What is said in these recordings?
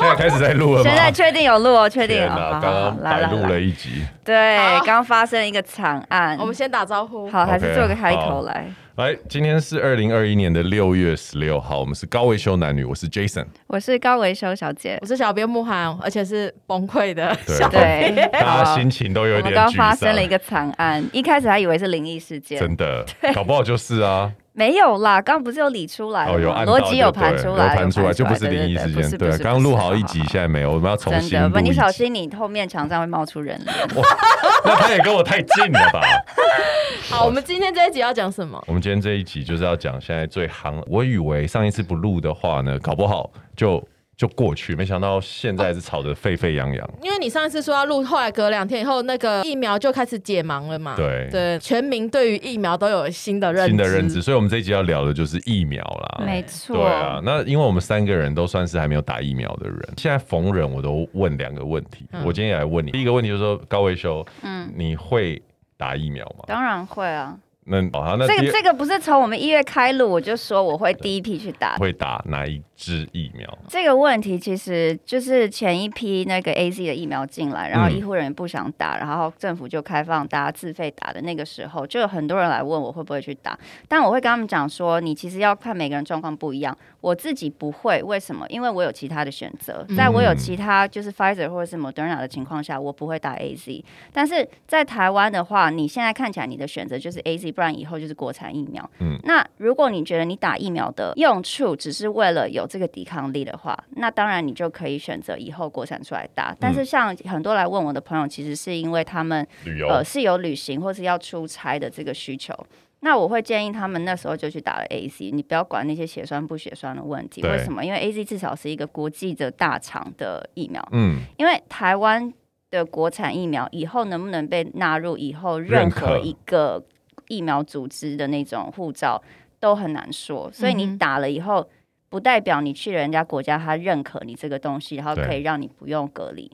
哇，开始在录了吗？现在确定有录哦，确定天哦。哪，好好刚好刚来白来录来了一集。对，好刚发生一个惨案。我们先打招呼。好，还是 OK，做个开好头来。来，哎今天是二零二一年的六月十六号，我们是高维修男女，我是 Jason。我是高维修小姐我。是小编慕寒，而且是崩溃的对小编。对，大家好心情都有我点们沮刚丧。发生了一个惨案，一开始还以为是灵异事件，真的，搞不好就是 啊，没有啦，刚不是有理出来了哦，有吗按到哎逻辑有盘就出对来，有盘出来，就不是对对灵异对事不件。是对啊不，是刚刚录好一集，不是现在没有，我们要重真新的，录不，一你小集。心你后面墙上会冒出人脸。 那他也跟我太近了吧？ 好，我们今天这一集要讲什么？我们今天这一集就是要讲现在最夯。我以为上一次不录的话呢，搞不好就就过去，没想到现在是吵得沸沸扬扬。因为你上一次说要录，后来隔两天以后，那个疫苗就开始解盲了嘛。对对，全民对于疫苗都有新的认知。新的认知，。所以我们这一集要聊的就是疫苗啦。没错，对啊，那因为我们三个人都算是还没有打疫苗的人，现在逢人我都问两个问题，嗯我今天也来问你。第一个问题就是说，高维修，嗯，你会打疫苗吗？当然会啊。那哦，好，那这第二个这个不是从我们一月开录我就说我会第一批去打会打哪一支疫苗？这个问题，其实就是前一批那个 A Z 的疫苗进来，然后嗯医护人员不想打，然后政府就开放大家自费打的那个时候，就有很多人来问我会不会去打，但我会跟他们讲说，你其实要看每个人状况不一样，我自己不会，为什么？因为我有其他的选择，在我有其他就是 Pfizer 或者是 Moderna 的情况下，我不会打 A Z，但是在台湾的话，你现在看起来你的选择就是 A Z，不然以后就是国产疫苗。那如果你觉得你打疫苗的用处只是为了有这个抵抗力的话，那当然你就可以选择以后国产出来打。但是像很多来问我的朋友，其实是因为他们旅游呃是有旅行或是要出差的这个需求。那我会建议他们那时候就去打了 A Z，你不要管那些血栓不血栓的问题。对为什么？因为 A Z 至少是一个国际的大厂的疫苗，嗯，因为台湾的国产疫苗以后能不能被纳入以后任认可何一个疫苗组织的那种护照都很难说，所以嗯你哼打了以后，不代表你去人家国家他认可你这个东西，然后对哦可以让你不用隔离，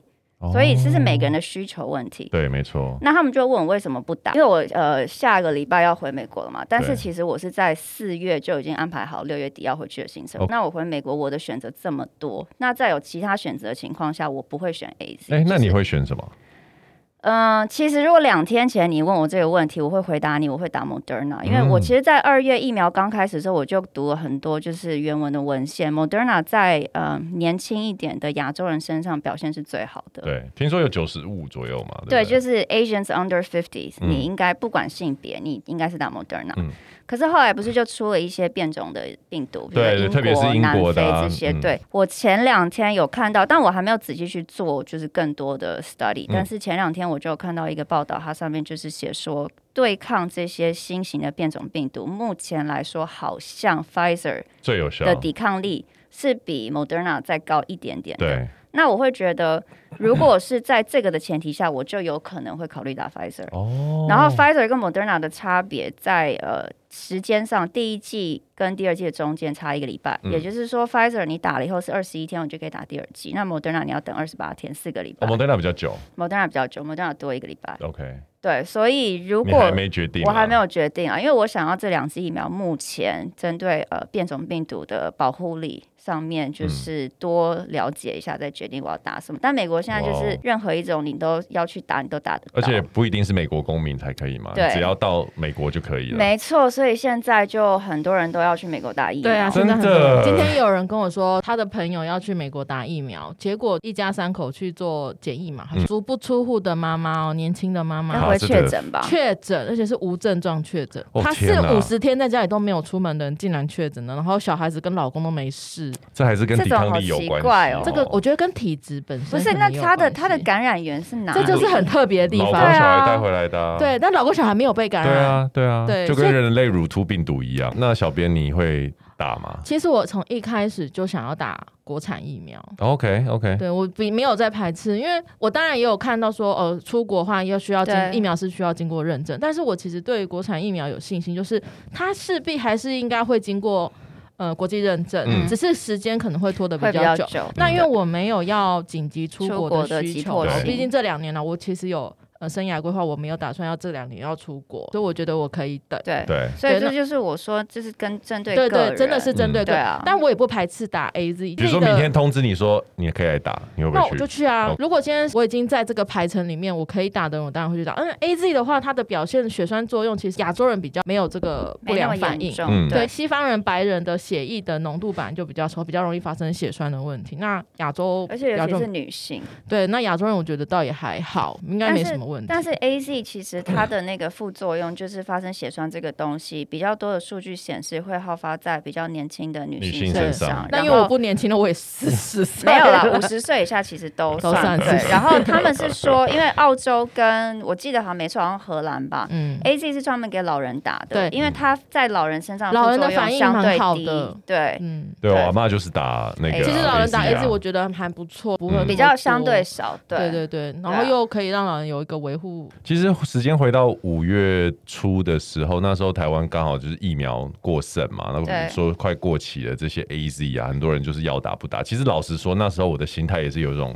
所以这是每个人的需求问题。对，没错，那他们就问我为什么不打，因为我呃下个礼拜要回美国了嘛，但是对其实我是在四月就已经安排好六月底要回去的行程。哦那我回美国，我的选择这么多，那在有其他选择的情况下，我不会选 A Z。哎、那就是呃你会选什么？嗯，其实如果两天前你问我这个问题，我会回答你，我会打 Moderna，因为我嗯其实，在二月疫苗刚开始的时候，我就读了很多就是原文的文献。Moderna 在呃年轻一点的亚洲人身上表现是最好的。对，听说有九十五左右嘛，对对，不对，就是 Asians under fifties，、嗯你应该不管性别，你应该是打 Moderna、嗯可是后来不是就出了一些变种的病毒，比如对说特别是英南国的啊非这些。嗯对我前两天有看到，但我还没有仔细去做，就是更多的 study、嗯但是前两天我就有看到一个报道，它上面就是写说，对抗这些新型的变种病毒，目前来说好像 Pfizer 最有效的，啊抵抗力是比 Moderna 再高一点点的。对，那我会觉得，如果是在这个的前提下，我就有可能会考虑打 Pfizer。哦然后 Pfizer 跟 Moderna 的差别在呃时间上，第一季跟第二季的中间差一个礼拜，嗯也就是说 Pfizer 你打了以后是二十一天，我就可以打第二季。那 Moderna 你要等二十八天，四个礼我拜。们 d e 比较久 Moderna 比较久，Moderna 多一个礼拜。 ，OK，对，所以如你果还没决定、我还没。有决定啊，因为我想要这两支疫苗目前针对呃变种病毒的保护力上面，就嗯是多了解一下再决定我要打什么。但美国现在就哇是哦任何一种你都要去打，你都打得到。而且不一定是美国公民才可以嘛，对只要到美国就可以了。没错，所以现在就很多人都要去美国打疫苗。对啊，真真的的很很多人今天有人跟我说，他的朋友要去美国打疫苗，结果一家三口去做检疫嘛，嗯足不出户的妈妈哦，年轻的妈妈该不好会这确个诊吧？确诊，而且是无症状确诊。哦她天是哪五十天在家里都没有出门的人，竟然确诊了，然后小孩子跟老公都没事。这还是跟这抵种抗好力有奇关怪系哦这个我觉得跟体质本身不是，可那能也有他的关系他的感染源是哪里？这就是很特别的地老公方。小对啊孩带回来的、啊对，但老公小孩没有被感对染。啊，对啊，对就所跟以人类乳突病毒一样。那小编你会打吗其实我从一开始就想要打国产疫苗。 ？OK OK，对我比没有在排斥，因为我当然也有看到说，呃，出国的话要需要经对疫苗是需要经过认证，但是我其实对于国产疫苗有信心，就是它势必还是应该会经过呃国际认证，嗯只是时间可能会拖得比会比较较久。久。那因为我没有要紧急出国的需出国的急求迫性，毕竟这两年呢、我其实有呃生涯规划，我没有打算要这两年要出国，所以我觉得我可以等。对，对，所以对这那就是我说，就是跟针对对个对人，真的是针对个对人，啊。但我也不排斥打 A Z。嗯比如说那明个天通知你说你可以来打，你会不那我会就去？去啊哦！如果今天我已经在这个排程里面，我可以打的人，我当然会去打。嗯，A Z 的话，它的表现血栓作用其实亚洲人比较没有这个不没那良么反严应。重，嗯对，西方人、白人的血液的浓度本来就比较稠，比较容易发生血栓的问题。那亚洲而且亚尤其洲是女性，对，那亚洲人我觉得倒也还好，应该没什么嗯问题。但是 A Z 其实它的那个副作用就是发生血栓这个东西，比较多的数据显示会好发在比较年轻的女女性性身上。上那然因为我后不年轻了，我也四十岁没有啦，了五十岁以下其实都都算算对是。然后 他们是说，因为澳洲跟我记得好像没错，好像荷兰吧。嗯， A Z 是专门给老人打的，对嗯因为它在老人身上老人的副作用反应相蛮对好低的对，嗯，对我对阿妈就是打那个啊，对其实哎老人打 A AC 啊 Z 我觉得还不错，不嗯会那么比较相对多少，对对对对，对然啊后又可以让老人有一个维护，其实时间回到五月初的时候，那时候台湾刚好就是疫苗过剩嘛，那我对们说快过期了，这些 A Z 啊，很多人就是要打不打。其实老实说，那时候我的心态也是有一种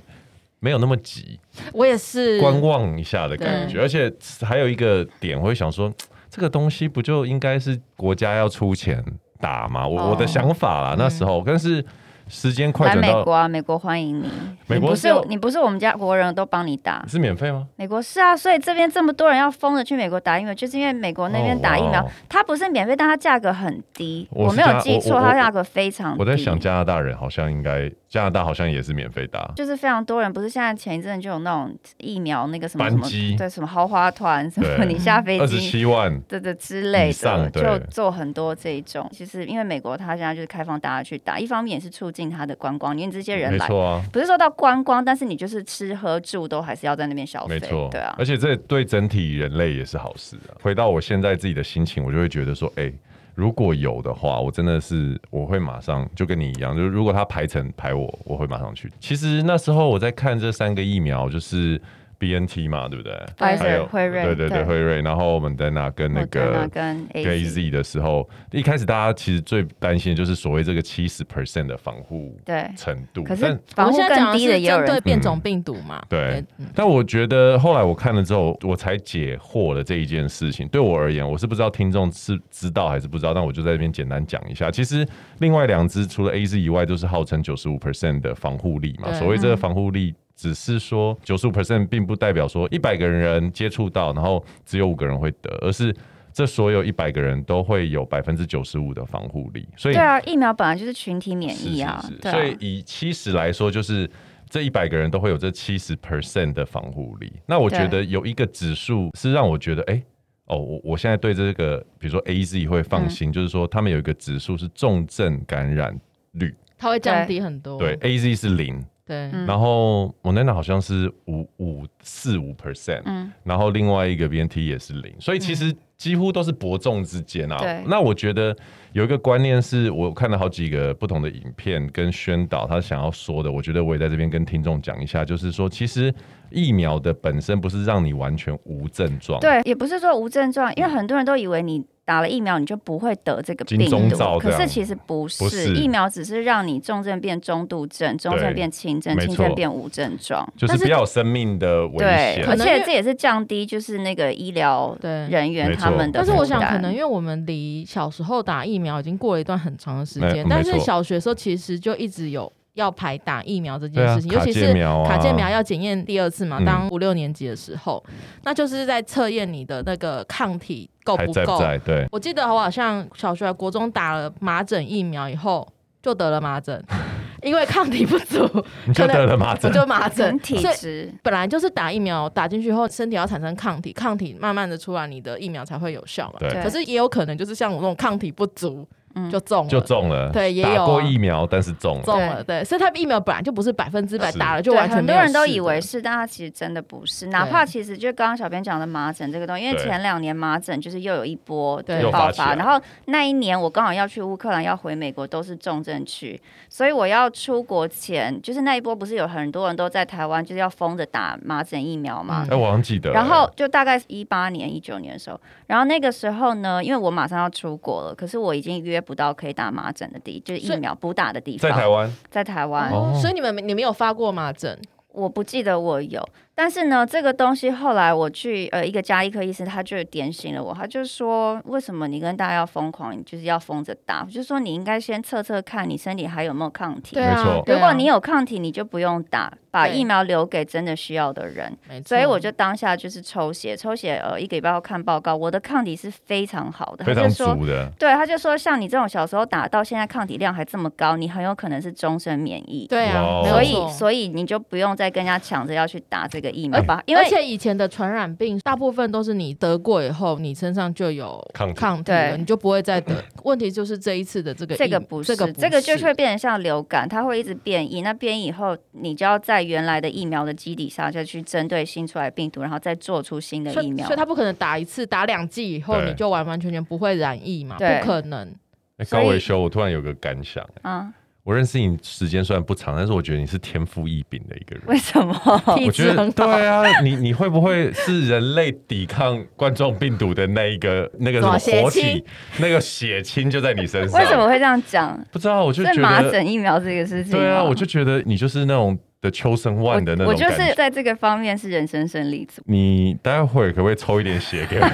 没有那么急，我也是观望一下的感觉。对而且还有一个点，我会想说，这个东西不就应该是国家要出钱打吗？我、哦我的想法啦，那时候，但是时间快来转美到国啊，美国欢迎你。美国你不是是有你不是我们家国人都帮你打，是免费吗？美国是啊，所以这边这么多人要疯着去美国打疫苗，就是因为美国那边打疫苗，哦哇哦它不是免费，但它价格很低。我我是没加有记我错，我它价格非常低。我在想加拿大人好像应该，加拿大好像也是免费打。就是非常多人，不是现在前一阵就有那种疫苗那个什么什班么机对什么豪华团什么，对你下飞二十机。七万，对对之类以的，上对就做很多这一种。其实因为美国它现在就是开放大家去打，一方面也是促进它的观光，因为这些人没来错啊，不是说到观光，但是你就是吃喝住都还是要在那边消没费，错，对啊而，且这对整体人类也是好事啊。回到我现在自己的心情，我就会觉得说，哎、如果有的话，我真的是我会马上就跟你一样，就是如果他排成排我，我会马上去。其实那时候我在看这三个疫苗，就是 B N T 嘛，对不对？对还有 Pfizer 辉瑞，对对对，辉瑞，然后我 d e n a 跟那个 Moderna 跟 A AZ， Z 的时候，一开始大家其实最担心的就是所谓这个七十 percent 的防护对，程度，可是嗯但防我们护现在更讲的低的是也有针对人，变种病毒嘛？嗯对，但我觉得后来我看了之后，我才解惑了这一件事情。对我而言，我是不知道听众是知道还是不知道，但我就在这边简单讲一下。其实另外两只除了 A Z 以外，都是号称九十五 percent 的防护力嘛。对所谓这个防护力。只是说九十五 percent 并不代表说一百个人接触到，然后只有五个人会得，而是这所有一百个人都会有百分之九十五的防护力。所以对啊，疫苗本来就是群体免疫啊是是，是对所以啊，以七十来说，就是这一百个人都会有这七十 percent 的防护力。那我觉得有一个指数是让我觉得，哎、哦，我我现在对这个，比如说 A Z 会嗯放心，就是说他们有一个指数是重症感染率，它会降低很多。哦对 A Z 是零，对，嗯然后 Moderna 好像是五五四五 percent，嗯然后另外一个 BNT 也是零，所以其嗯实几乎都是伯仲之间啊。对那我觉得有一个观念是我看了好几个不同的影片跟宣导，他想要说的，我觉得我也在这边跟听众讲一下，就是说其实疫苗的本身不是让你完全无症状，，对，也不是说无症状，嗯因为很多人都以为你。打了疫苗，你就不会得这个金病钟毒，罩可这是样其实不是，不是疫苗只是让你重症变中度症，中症对变轻症，没轻症错变无症状。就是但是不要有生命的危对，险而可。能因且为这也是降低就是那个医疗对人员没他错们的但负担。是我想，可 能因为我们离小时候打疫苗已经过了一段很长的时间，没但是没错小学的时候其实就一直有要排打疫苗这对件啊事，情，卡尤其介是苗啊，卡介苗要检验第二次嘛，嗯当五六年级的时候，那就是在测验你的那个抗体够还不在不够。在？对，我记得我好像小学、国中打了麻疹疫苗以后就得了麻疹， 因为抗体不足，你就可能得了麻我疹。就麻疹整。体所以质本来就是打疫苗打进去后，身体要产生抗体，抗体慢慢的出来，你的疫苗才会有效嘛。对可是也有可能就是像我这种抗体不足嗯就中了，就中了，对也有啊打过疫苗，但是中了，中了。对，所以它疫苗本来就不是百分之百是打了就对完全很没有多人都事以的为是，但它其实真的不是。哪怕其实就刚刚小编讲的麻疹这个东西，因为对前两年麻疹就是又有一波对的又爆发起发，来然后那一年我刚好要去乌克兰，要回美国，都是重症区，所以我要出国前，就是那一波不是有很多人都在台湾就是要疯着打麻疹疫苗嘛，嗯哎，我好像记得了。然后就大概一八年、一九年的时候，然后那个时候呢，因为我马上要出国了，可是我已经约不到可以打麻疹的地，就是所疫以苗补打的地方，在台湾，在台湾哦所以你们你们有发过麻疹？我不记得我有，但是呢，这个东西后来我去呃一个加医科医师，他就点醒了我，他就说为什么你跟大家要疯狂，你就是要疯着打，就说你应该先测测看你身体还有没有抗体。对啊没错，对啊如果你有抗体，你就不用打，把对疫苗留给真的需要的人。没错所以我就当下就是抽血，抽血呃一个礼拜后看报告，我的抗体是非常好的，非他常就说足的，对，他就说像你这种小时候打到现在抗体量还这么高，你很有可能是终身免疫。对哇啊，哦没所有错哎以，所以你就不用再跟人家抢着要去打这个疫苗吧，因为而且以前的传染病大部分都是你得过以后，你身上就有抗体嗯抗体了，对你就不会再得。问题就是这一次的这个这个疫不是，这个这个就是会变成像流感，它会一直变异。那变异以后，你就要在原来的疫苗的基底上，再去针对新出来的病毒，然后再做出新的所疫以苗所以。他不可能打一次打两剂以后对你就完完全全不会染疫嘛，对不可能。哎所高以维修，我突然有个感想，哎啊， 我认识你时间虽然不长，但是我觉得你是天赋异禀的一个人。为什 么？体我觉质得很对好，啊，你你会不会是人类抵抗冠状病毒的那一个那个什么什么活血体，那个血清就在你身上？为什么会这样讲？不知道？我就是觉麻得疹疫苗这个事情吗。对啊，我就觉得你就是那种的秋生我万的那我种就感是觉。在这个方面是人生胜利组。你待会儿可不可以抽一点血 给我？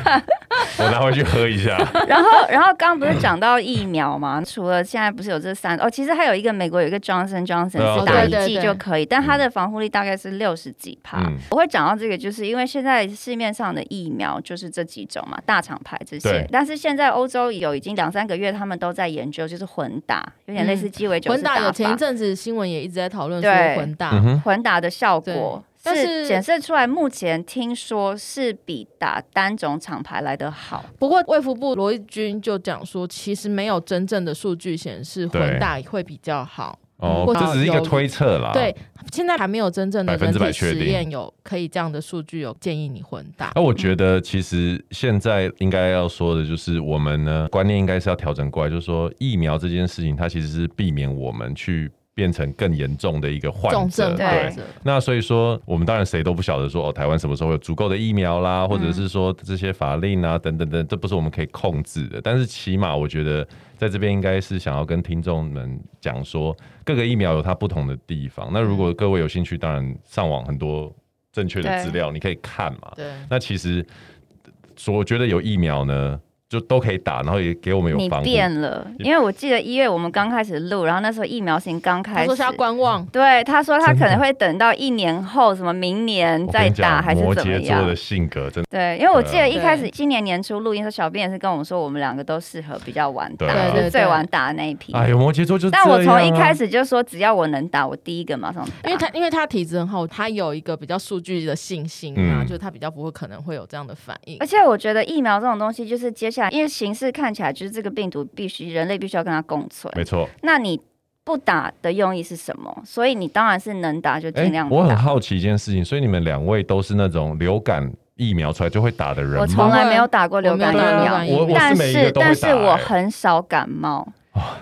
我拿回去喝一下。然后，然后刚刚不是讲到疫苗嘛？ 除了现在不是有这三哦，其实还有一个美国有一个 Johnson 对啊 Johnson 是打一对剂对对就可以，但它的防护力大概是六十几趴。嗯我会讲到这个，就是因为现在市面上的疫苗就是这几种嘛，大厂牌这些对。但是现在欧洲有已经两三个月，他们都在研究，就是混打，有点类嗯似鸡尾酒混式打打法。有前一阵子新闻也一直在讨论说对混打，嗯哼，混打的效果，对但是是检测出来，目前听说是比打单种厂牌来的好。不过卫福部罗毅军就讲说，其实没有真正的数据显示对混打会比较好。哦，这只是一个推测啦。对，现在还没有真正的啊百分人之百体确实定验有可以这样的数据，有建议你混打。那我觉得其实现在应该要说的就是，我们呢观念应该是要调整过来，就是说疫苗这件事情，它其实是避免我们去变成更严重的一个患重者。症对患对。者，那所以说，我们当然谁都不晓得说哦，台湾什么时候有足够的疫苗啦，或者嗯是说这些法令啊等等等，这不是我们可以控制的。但是起码我觉得在这边应该是想要跟听众们讲说，各个疫苗有它不同的地方。那如嗯果各位有兴趣，当然上网很多正确的资料你可以看嘛。对，那其实所我觉得有疫苗呢，就都可以打，然后也给我们有你防护。变了，因为我记得一月我们刚开始录，然后那时候疫苗型刚他开说始是。要观望，对，他说他真的可能会等到一年后，什么明年我跟再你讲打还是摩怎么羯座的样？性格真的对，因为我记对得啊一开始对今年年初录音的时候，小编也是跟我们说，我们两个都适合比较晚打，对啊对对是最晚打的那一批。哎呦，摩羯座就是、啊但我从一开始，始就说，只要我能打，我第一个马上打。因为他因为他体质很好，他有一个比较数据的信心啊，嗯就是他比较不会可能会有这样的反应而。且我觉得疫苗这种东西，就是接下来因为形势看起来就是这个病毒必须人类必须要跟它共存，没错。那你不打的用意是什么？所以你当然是能打就哎、尽量打。我很好奇一件事情，所以你们两位都是那种流感疫苗出来就会打的人吗？我从来没有打过流感我没有打疫过流苗感，我我但每一个都会打、但是我哎很少感冒。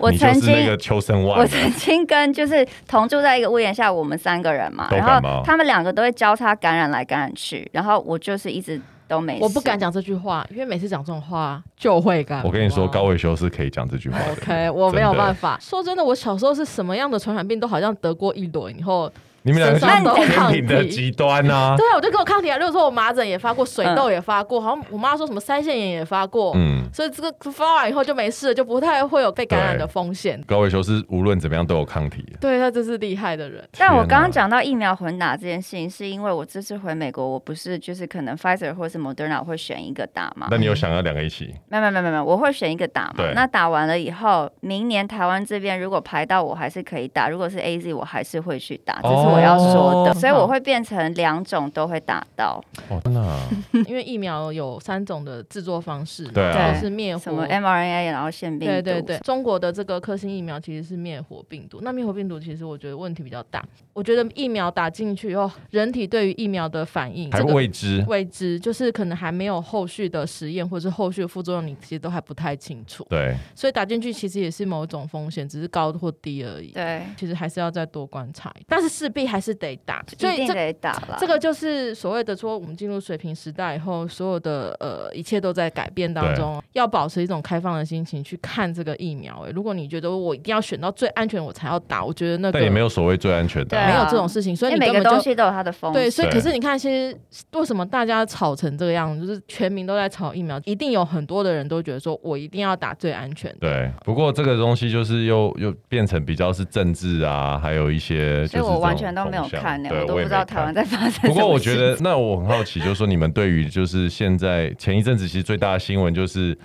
我你就曾是那经个求生万 我的，曾经跟就是同住在一个屋檐下，我们三个人嘛，都然感冒后他们两个都会交叉感染来感染去，然后我就是一直都没事。我不敢讲这句话，因为每次讲这种话就会感冒。我跟你说，高伟修是可以讲这句话的。 OK，我没有真的办法。说真的，我小时候是什么样的传染病都好像得过一轮以后，你们两个就身上是都有天抗平的体。极端啊。对啊，我就跟我抗体啊，例如说我麻疹也发过，水嗯痘也发过，好像我妈说什么腮腺炎也发过，嗯，所以这个发完以后就没事了，就不太会有被感染的风险。高伟修是无论怎么样都有抗体。对他真是厉害的人， 但我天刚哪刚讲到疫苗混打这件事情，是因为我这次回美国，我不是就是可能 Pfizer 或是 Moderna 我会选一个打嘛？那你有想要两个一起？没有没有没有没有，我会选一个打嘛对。那打完了以后，明年台湾这边如果排到我还是可以打，如果是 A Z 我还是会去打，这是我要说的。哦所以我会变成两种都会打到，哦，真的啊因为疫苗有三种的制作方式， 对啊就是灭什么活。 m R N A 然后腺病毒，对对对，中国的这个科兴疫苗其实是灭活病毒。那灭活病毒其实我觉得问题比较大。我觉得疫苗打进去以后，人体对于疫苗的反应，还这个未知。未知，就是可能还没有后续的实验或是后续的副作用，你其实都还不太清楚。对，所以打进去其实也是某一种风险，只是高或低而已。，对其实还是要再多观察。但是势必还是得打，所一以定这得打了。这个就是所谓的说，我们进入水平时代以后，所有的呃一切都在改变当中，要保持一种开放的心情去看这个疫苗、欸。如果你觉得我一定要选到最安全我才要打，我觉得那个但也没有所谓最安全的、对没啊有这种事情，所以因为你每根个本东就。西都有它的风对，险。所以对可是你看，其实为什么大家吵成这个样子，就是全民都在吵疫苗，一定有很多的人都觉得说，我一定要打最安全的。对，不过这个东西就是又又变成比较是政治啊，还有一些就是所以我完这种全都没有风向看呢、对我都我不也知没道台湾看在发生什么不过我觉得事，情那我很好奇，就是说你们对于就是现在前一阵子其实最大的新闻就是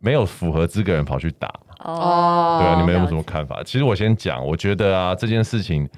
没有符合资格人跑去打，哦，对啊，你们有没有了什么解看法？其实我先讲，我觉得啊这件事情。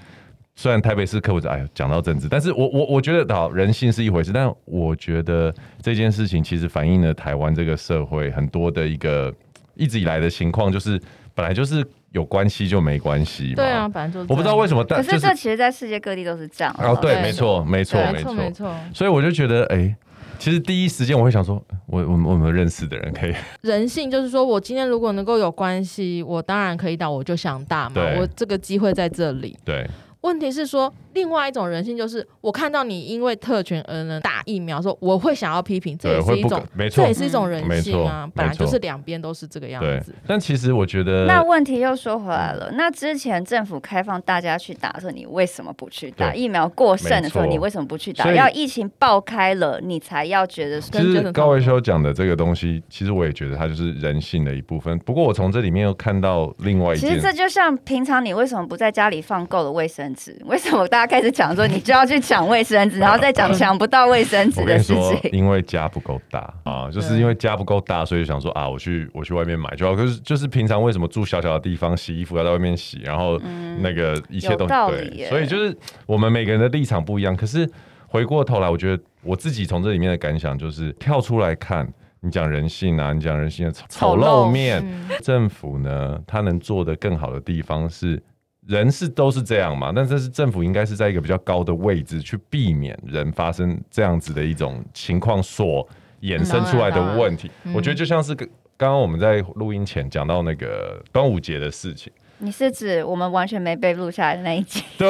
虽然台北市客户哎呦讲到政治，但是我我我觉得好人性是一回事，但我觉得这件事情其实反映了台湾这个社会很多的一个一直以来的情况，就是本来就是有关系就没关系嘛。对啊，，反正就是我不知道为什么，但可就是这其实，在世界各地都是这样。啊哦对，对没错没错这样没错没错没错，所以我就觉得，哎、其实第一时间我会想说，我我们我们认识的人可以，人性就是说，我今天如果能够有关系，我当然可以打，我就想打嘛对，我这个机会在这里。对问题是说，另外一种人性就是，我看到你因为特权而能打疫苗的时候，我会想要批评，这对，也是会一不种敢，，没这错也，是一种人性啊嗯没错，本来就没错是两边都是这个样对子。。但其实我觉得，那问题又说回来了，那之前政府开放大家去打的时候，你为什么不去打？对疫苗过剩的时候，没错你为什么不去打？所以要疫情爆开了，你才要觉得说其实高维修讲的这个东西，其实我也觉得它就是人性的一部分。不过我从这里面又看到另外一其实件，这就像平常你为什么不在家里放够了卫生纸？为什么大家开始讲说你就要去抢卫生纸，然后再讲抢不到卫生纸我跟的你事说，情？因为家不够 大啊，就是对因为家不够大，所以想说啊，我去我去外面买就好。可是就是平常为什么住小小的地方，洗衣服要在外面洗，然后那个一切都嗯有道理对，耶所以就是我们每个人的立场不一样。可是回过头来，我觉得我自己从这里面的感想就是，跳出来看，你讲人性啊，你讲人性的丑丑丑陋陋面，嗯 政府呢，它能做的更好的地方是，人是都是这样嘛，但这是政府应该是在一个比较高的位置去避免人发生这样子的一种情况所衍生出来的问题。嗯当然当然我觉得就像是个刚刚我们在录音前讲到那个端午节的事情，你是指我们完全没被录下来的那一集？对，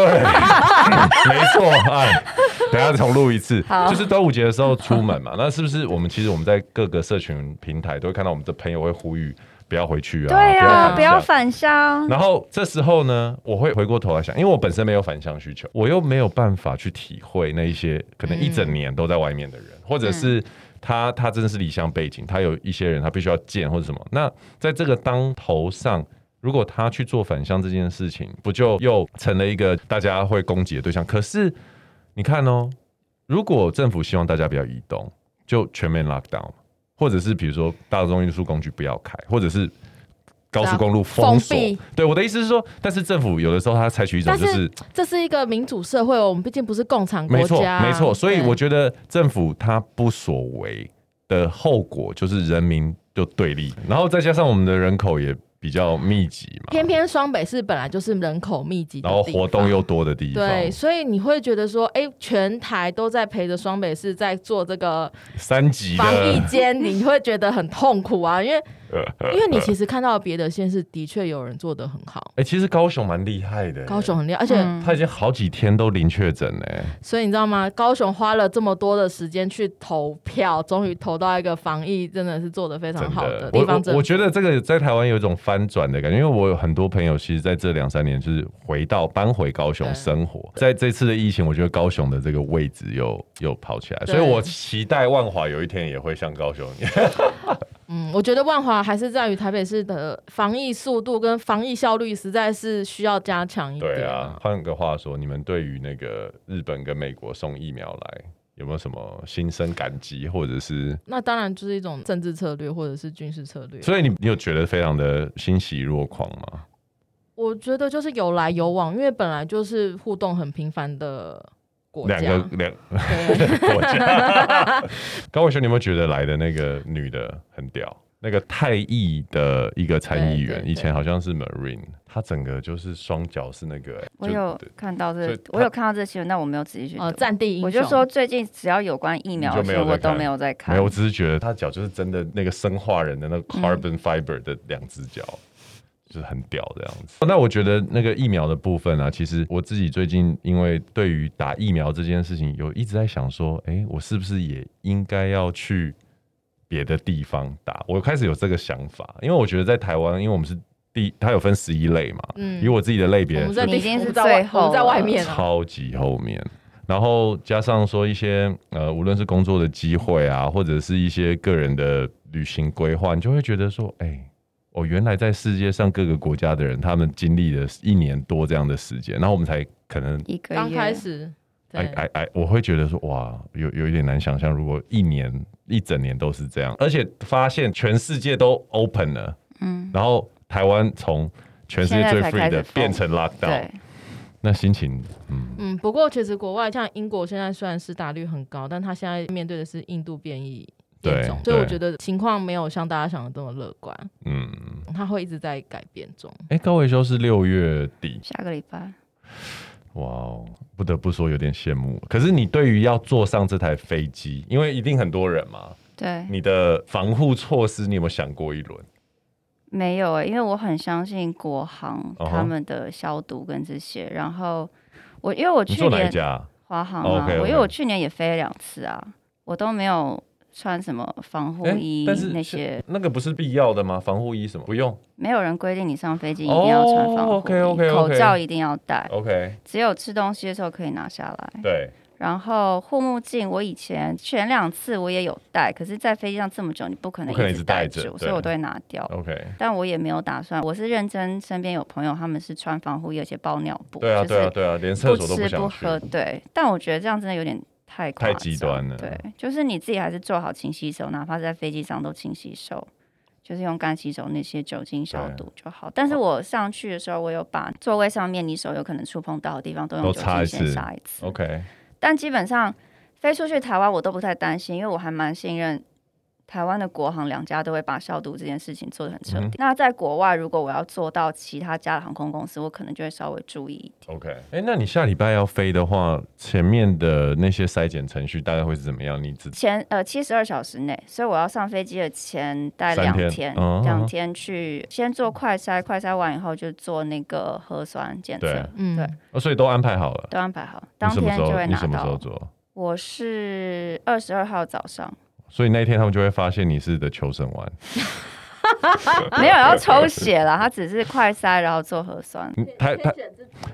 没错，哎，等一下重录一次好，就是端午节的时候出门嘛，那是不是我们其实我们在各个社群平台都会看到我们的朋友会呼吁不要回去啊，对呀、啊，不要返乡。然后这时候呢，我会回过头来想，因为我本身没有返乡需求，我又没有办法去体会那一些可能一整年都在外面的人，嗯或者是他他真的是离乡背景，他有一些人他必须要见或者什么。那在这个当头上。如果他去做返乡这件事情，不就又成了一个大家会攻击的对象？可是你看哦，如果政府希望大家不要移动，就全面 lock down，或者是比如说大众运输工具不要开，或者是高速公路封锁啊封闭。对，我的意思是说，但是政府有的时候它采取一种但就是是这是一个民主社会哦，我们毕竟不是共产国没错家啊，没错，所以对我觉得政府它不所为的后果就是人民就对立，然后再加上我们的人口也比较密集嘛，偏偏双北市本来就是人口密集的然地方，后活动又多的地方，对，所以你会觉得说，哎，全台都在陪着双北市在做这个三级防疫的，间，你会觉得很痛苦啊，因为呃因为你其实看到别的县市的确有人做得很好， 哎，其实高雄蛮厉害的，高。雄很厉害，而且、嗯他已经好几天都零确诊嘞，所以你知道吗？高雄花了这么多的时间去投票，终于投到一个防疫真的是做得非常真好的我地方我政我府。觉得这个在台湾有一种翻转的感觉，因为我有很多朋友，其实在这两三年就是回到搬回高雄对生活，在这次的疫情，我觉得高雄的这个位置又又跑起来，对所以我期待万华有一天也会像高雄一样。嗯，我觉得万华还是在于台北市的防疫速度跟防疫效率实在是需要加强一点。对啊，换个话说，你们对于那个日本跟美国送疫苗来，有没有什么心生感激，或者是？那当然就是一种政治策略或者是军事策略。所以你你有觉得非常的欣喜若狂吗？我觉得就是有来有往，因为本来就是互动很频繁的国家。两个两对国 家。高伟兄，你有没有觉得来的那个女的很屌？那个泰裔的一个参议对员，对对以前好像是 Marine，她整个就是双脚是那个、欸我就有对看到所以这他，我有看到这新闻，但我没有仔细去读呃，战地英雄。我就说，最近只要有关疫苗的你就没新有闻，我在看都没有在看。没有，我嗯只是觉得她脚就是真的那个生化人的那个 carbon fiber 的两只脚，就是很屌这样子。那我觉得那个疫苗的部分啊，其实我自己最近因为对于打疫苗这件事情，有一直在想说，哎、我是不是也应该要去别的地方打？我开始有这个想法，因为我觉得在台湾，因为我们是第，它有分十一类嘛，嗯以我自己的类别我们在你地已经我们是在外最后我们在外了面啊，超级后面。然后加上说一些呃，无论是工作的机会啊，或者是一些个人的旅行规划，你就会觉得说，哎、我、原来在世界上各个国家的人，他们经历了一年多这样的时间，然后我们才可能一个月嗯刚开始，哎对，哎哎，我会觉得说哇，有有一点难想象，如果一年一整年都是这样，而且发现全世界都 open 了，嗯，然后台湾从全世界现最在才 free 开始的疯变成 lockdown，对，那心情嗯嗯，不过其实国外像英国现在虽然是打率很高，但它现在面对的是印度变异对变种，所以我对觉得情况没有像大家想的这么乐观，嗯，它会一直在改变中。哎、高维修是六月底，下个礼拜哇哦，不得不说有点羡慕。可是你对于要坐上这台飞机，因为一定很多人嘛，对。你的防护措施你有没有想过一轮？没有欸诶，因为我很相信国航哦吼他们的消毒跟这些。然后我因为我你去坐哪一年家啊？华航哦啊， ，OK，OK 我因为我去年也飞了两次啊，我都没有穿什么防护哎衣但是那是些，那个不是必要的吗？防护衣什么不用没有人规定你上飞机一定要穿防护衣哦，OK，OK，OK 口罩一定要戴， ？OK，只有吃东西的时候可以拿下来。对，然后护目镜，我以前前两次我也有戴，可是，在飞机上这么久，你不可能不可能一一直直戴戴着住，对所以我都会拿掉。 OK，但我也没有打算，我是认真，身边有朋友他们是穿防护衣，而且包尿布，对啊，就对啊，是对啊，连厕不所都吃想不去。喝，对。但我觉得这样真的有点太夸张太极端了对，就是你自己还是做好勤洗手，哪怕是在飞机上都勤洗手。就是用干洗手那些酒精消毒就好，啊但是我上去的时候，我有把座位上面你手有可能触碰到的地方都用都酒擦精一先次杀一次。 OK，但基本上飞出去台湾我都不太担心，因为我还蛮信任台湾的国航两家都会把消毒这件事情做得很彻底。嗯哼那在国外，如果我要做到其他家的航空公司，我可能就会稍微注意一点。 OK，哎、那你下礼拜要飞的话，前面的那些筛检程序大概会是怎么样？你自己前呃七十二小时内，所以我要上飞机的前待三两天天嗯，两天去先做快筛，快筛完以后就做那个核酸检对测，嗯，对哦，所以都安排好了。都安排好，你当什么天时就候？会你拿什么时候到。做？我是二十二号 早上，所以那一天他们就会发现你是的求生丸。没有要抽血啦，他只是快筛然后做核酸。嗯台台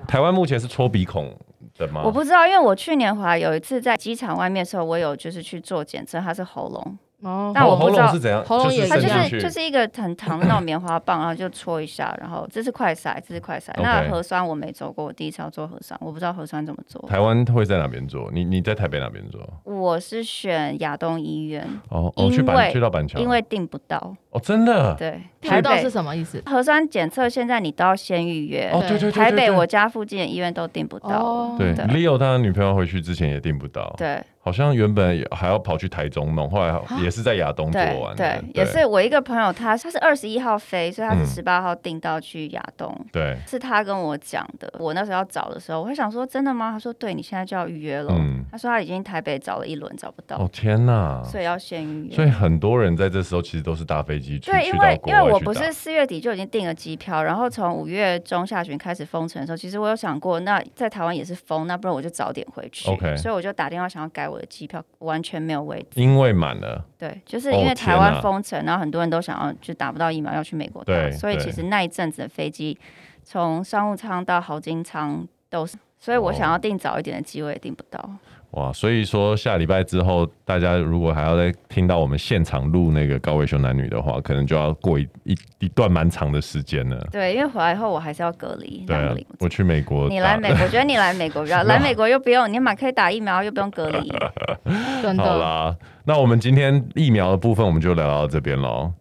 台湾目前是戳鼻孔的吗？我不知道，因为我去年回来有一次在机场外面的时候，我有就是去做检测，它是喉咙，哦，但我不喉知咙道是怎样，喉咙也是它伸就伸进是去。就是一个很长的那种棉花棒，然后就戳一下，然后这是快筛，这是快筛。那 OK 核酸我没做过，我第一次要做核酸，我不知道核酸怎么做。台湾会在哪边做？你你在台北哪边做？我是选亚东医院，哦哦，去因板为去到板桥，因为订不到。哦真的对，台台道是北什么意思？核酸检测现在你都要先预约，哦对对对，台北对我家附近的医院都订不到。哦，对对 Leo 他女朋友回去之前也订不到，对好像原本也还要跑去台中弄，后来也是在亚东做对完的对，，也是我一个朋友他，他是二十一号飞，所以他是嗯十八号订到去亚东。对，是他跟我讲的。我那时候要找的时候，我会想说，真的吗？他说，对，你现在就要预约了。嗯他说他已经台北找了一轮找不到，哦天哪，所以要先预所约。以很多人在这时候其实都是搭飞机去对，去因到为国因为外我去不是打，四月底就已经订了机票，然后从五月中下旬开始封城的时候，其实我有想过，那在台湾也是封，那不然我就早点回去。 OK 所以我就打电话想要改我的机票，完全没有位置。因为满了，对，就是哦因为天台哪湾封城，然后很多人都想要就打不到疫苗要去美国打，对所以对其实那一阵子的飞机从商务舱到豪金舱都是，所以我想哦要订早一点的机位订不到。哇，所以说下礼拜之后，大家如果还要再听到我们现场录那个高维修男女的话，可能就要过一一一段蛮长的时间了。对，因为回来以后我还是要隔离对两啊个礼，拜。我去美国，你来美，我觉得你来美国比 较，来美国又不用，你买可以打疫苗，又不用隔离。真好的，啦，那我们今天疫苗的部分我们就聊到这边喽。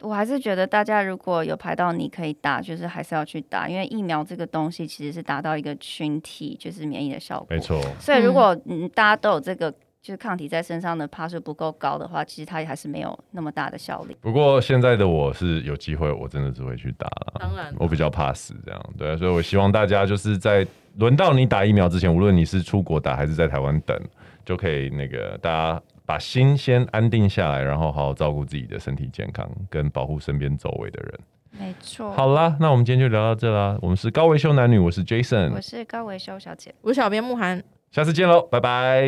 我还是觉得大家如果有排到你可以打，就是还是要去打，因为疫苗这个东西其实是达到一个群体就是免疫的效果。没错，所以如果嗯大家都有这个就是抗体在身上的帕数不够高的话，其实它还是没有那么大的效力。不过现在的我是有机会，我真的是会去打了。当然我比较怕死，这样对啊，所以我希望大家就是在轮到你打疫苗之前，无论你是出国打还是在台湾等，就可以那个大家把心先安定下来，然后好好照顾自己的身体健康，跟保护身边周围的人。没错。好啦，那我们今天就聊到这啦。我们是高维修男女，我是我 Jason，是高维修小姐，我是小编慕涵，下次见喽，拜拜。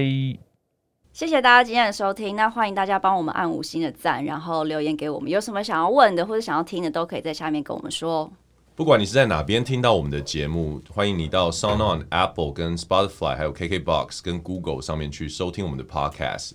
谢谢大家今天的收听。那欢迎大家帮我们按五星的赞，然后留言给我们，有什么想要问的或者想要听的，都可以在下面跟我们说哦。不管你是在哪边听到我们的节目，欢迎你到 SoundOn、Apple、跟 Spotify、还有 KKBox、跟 Google 上面去收听我们的 Podcast。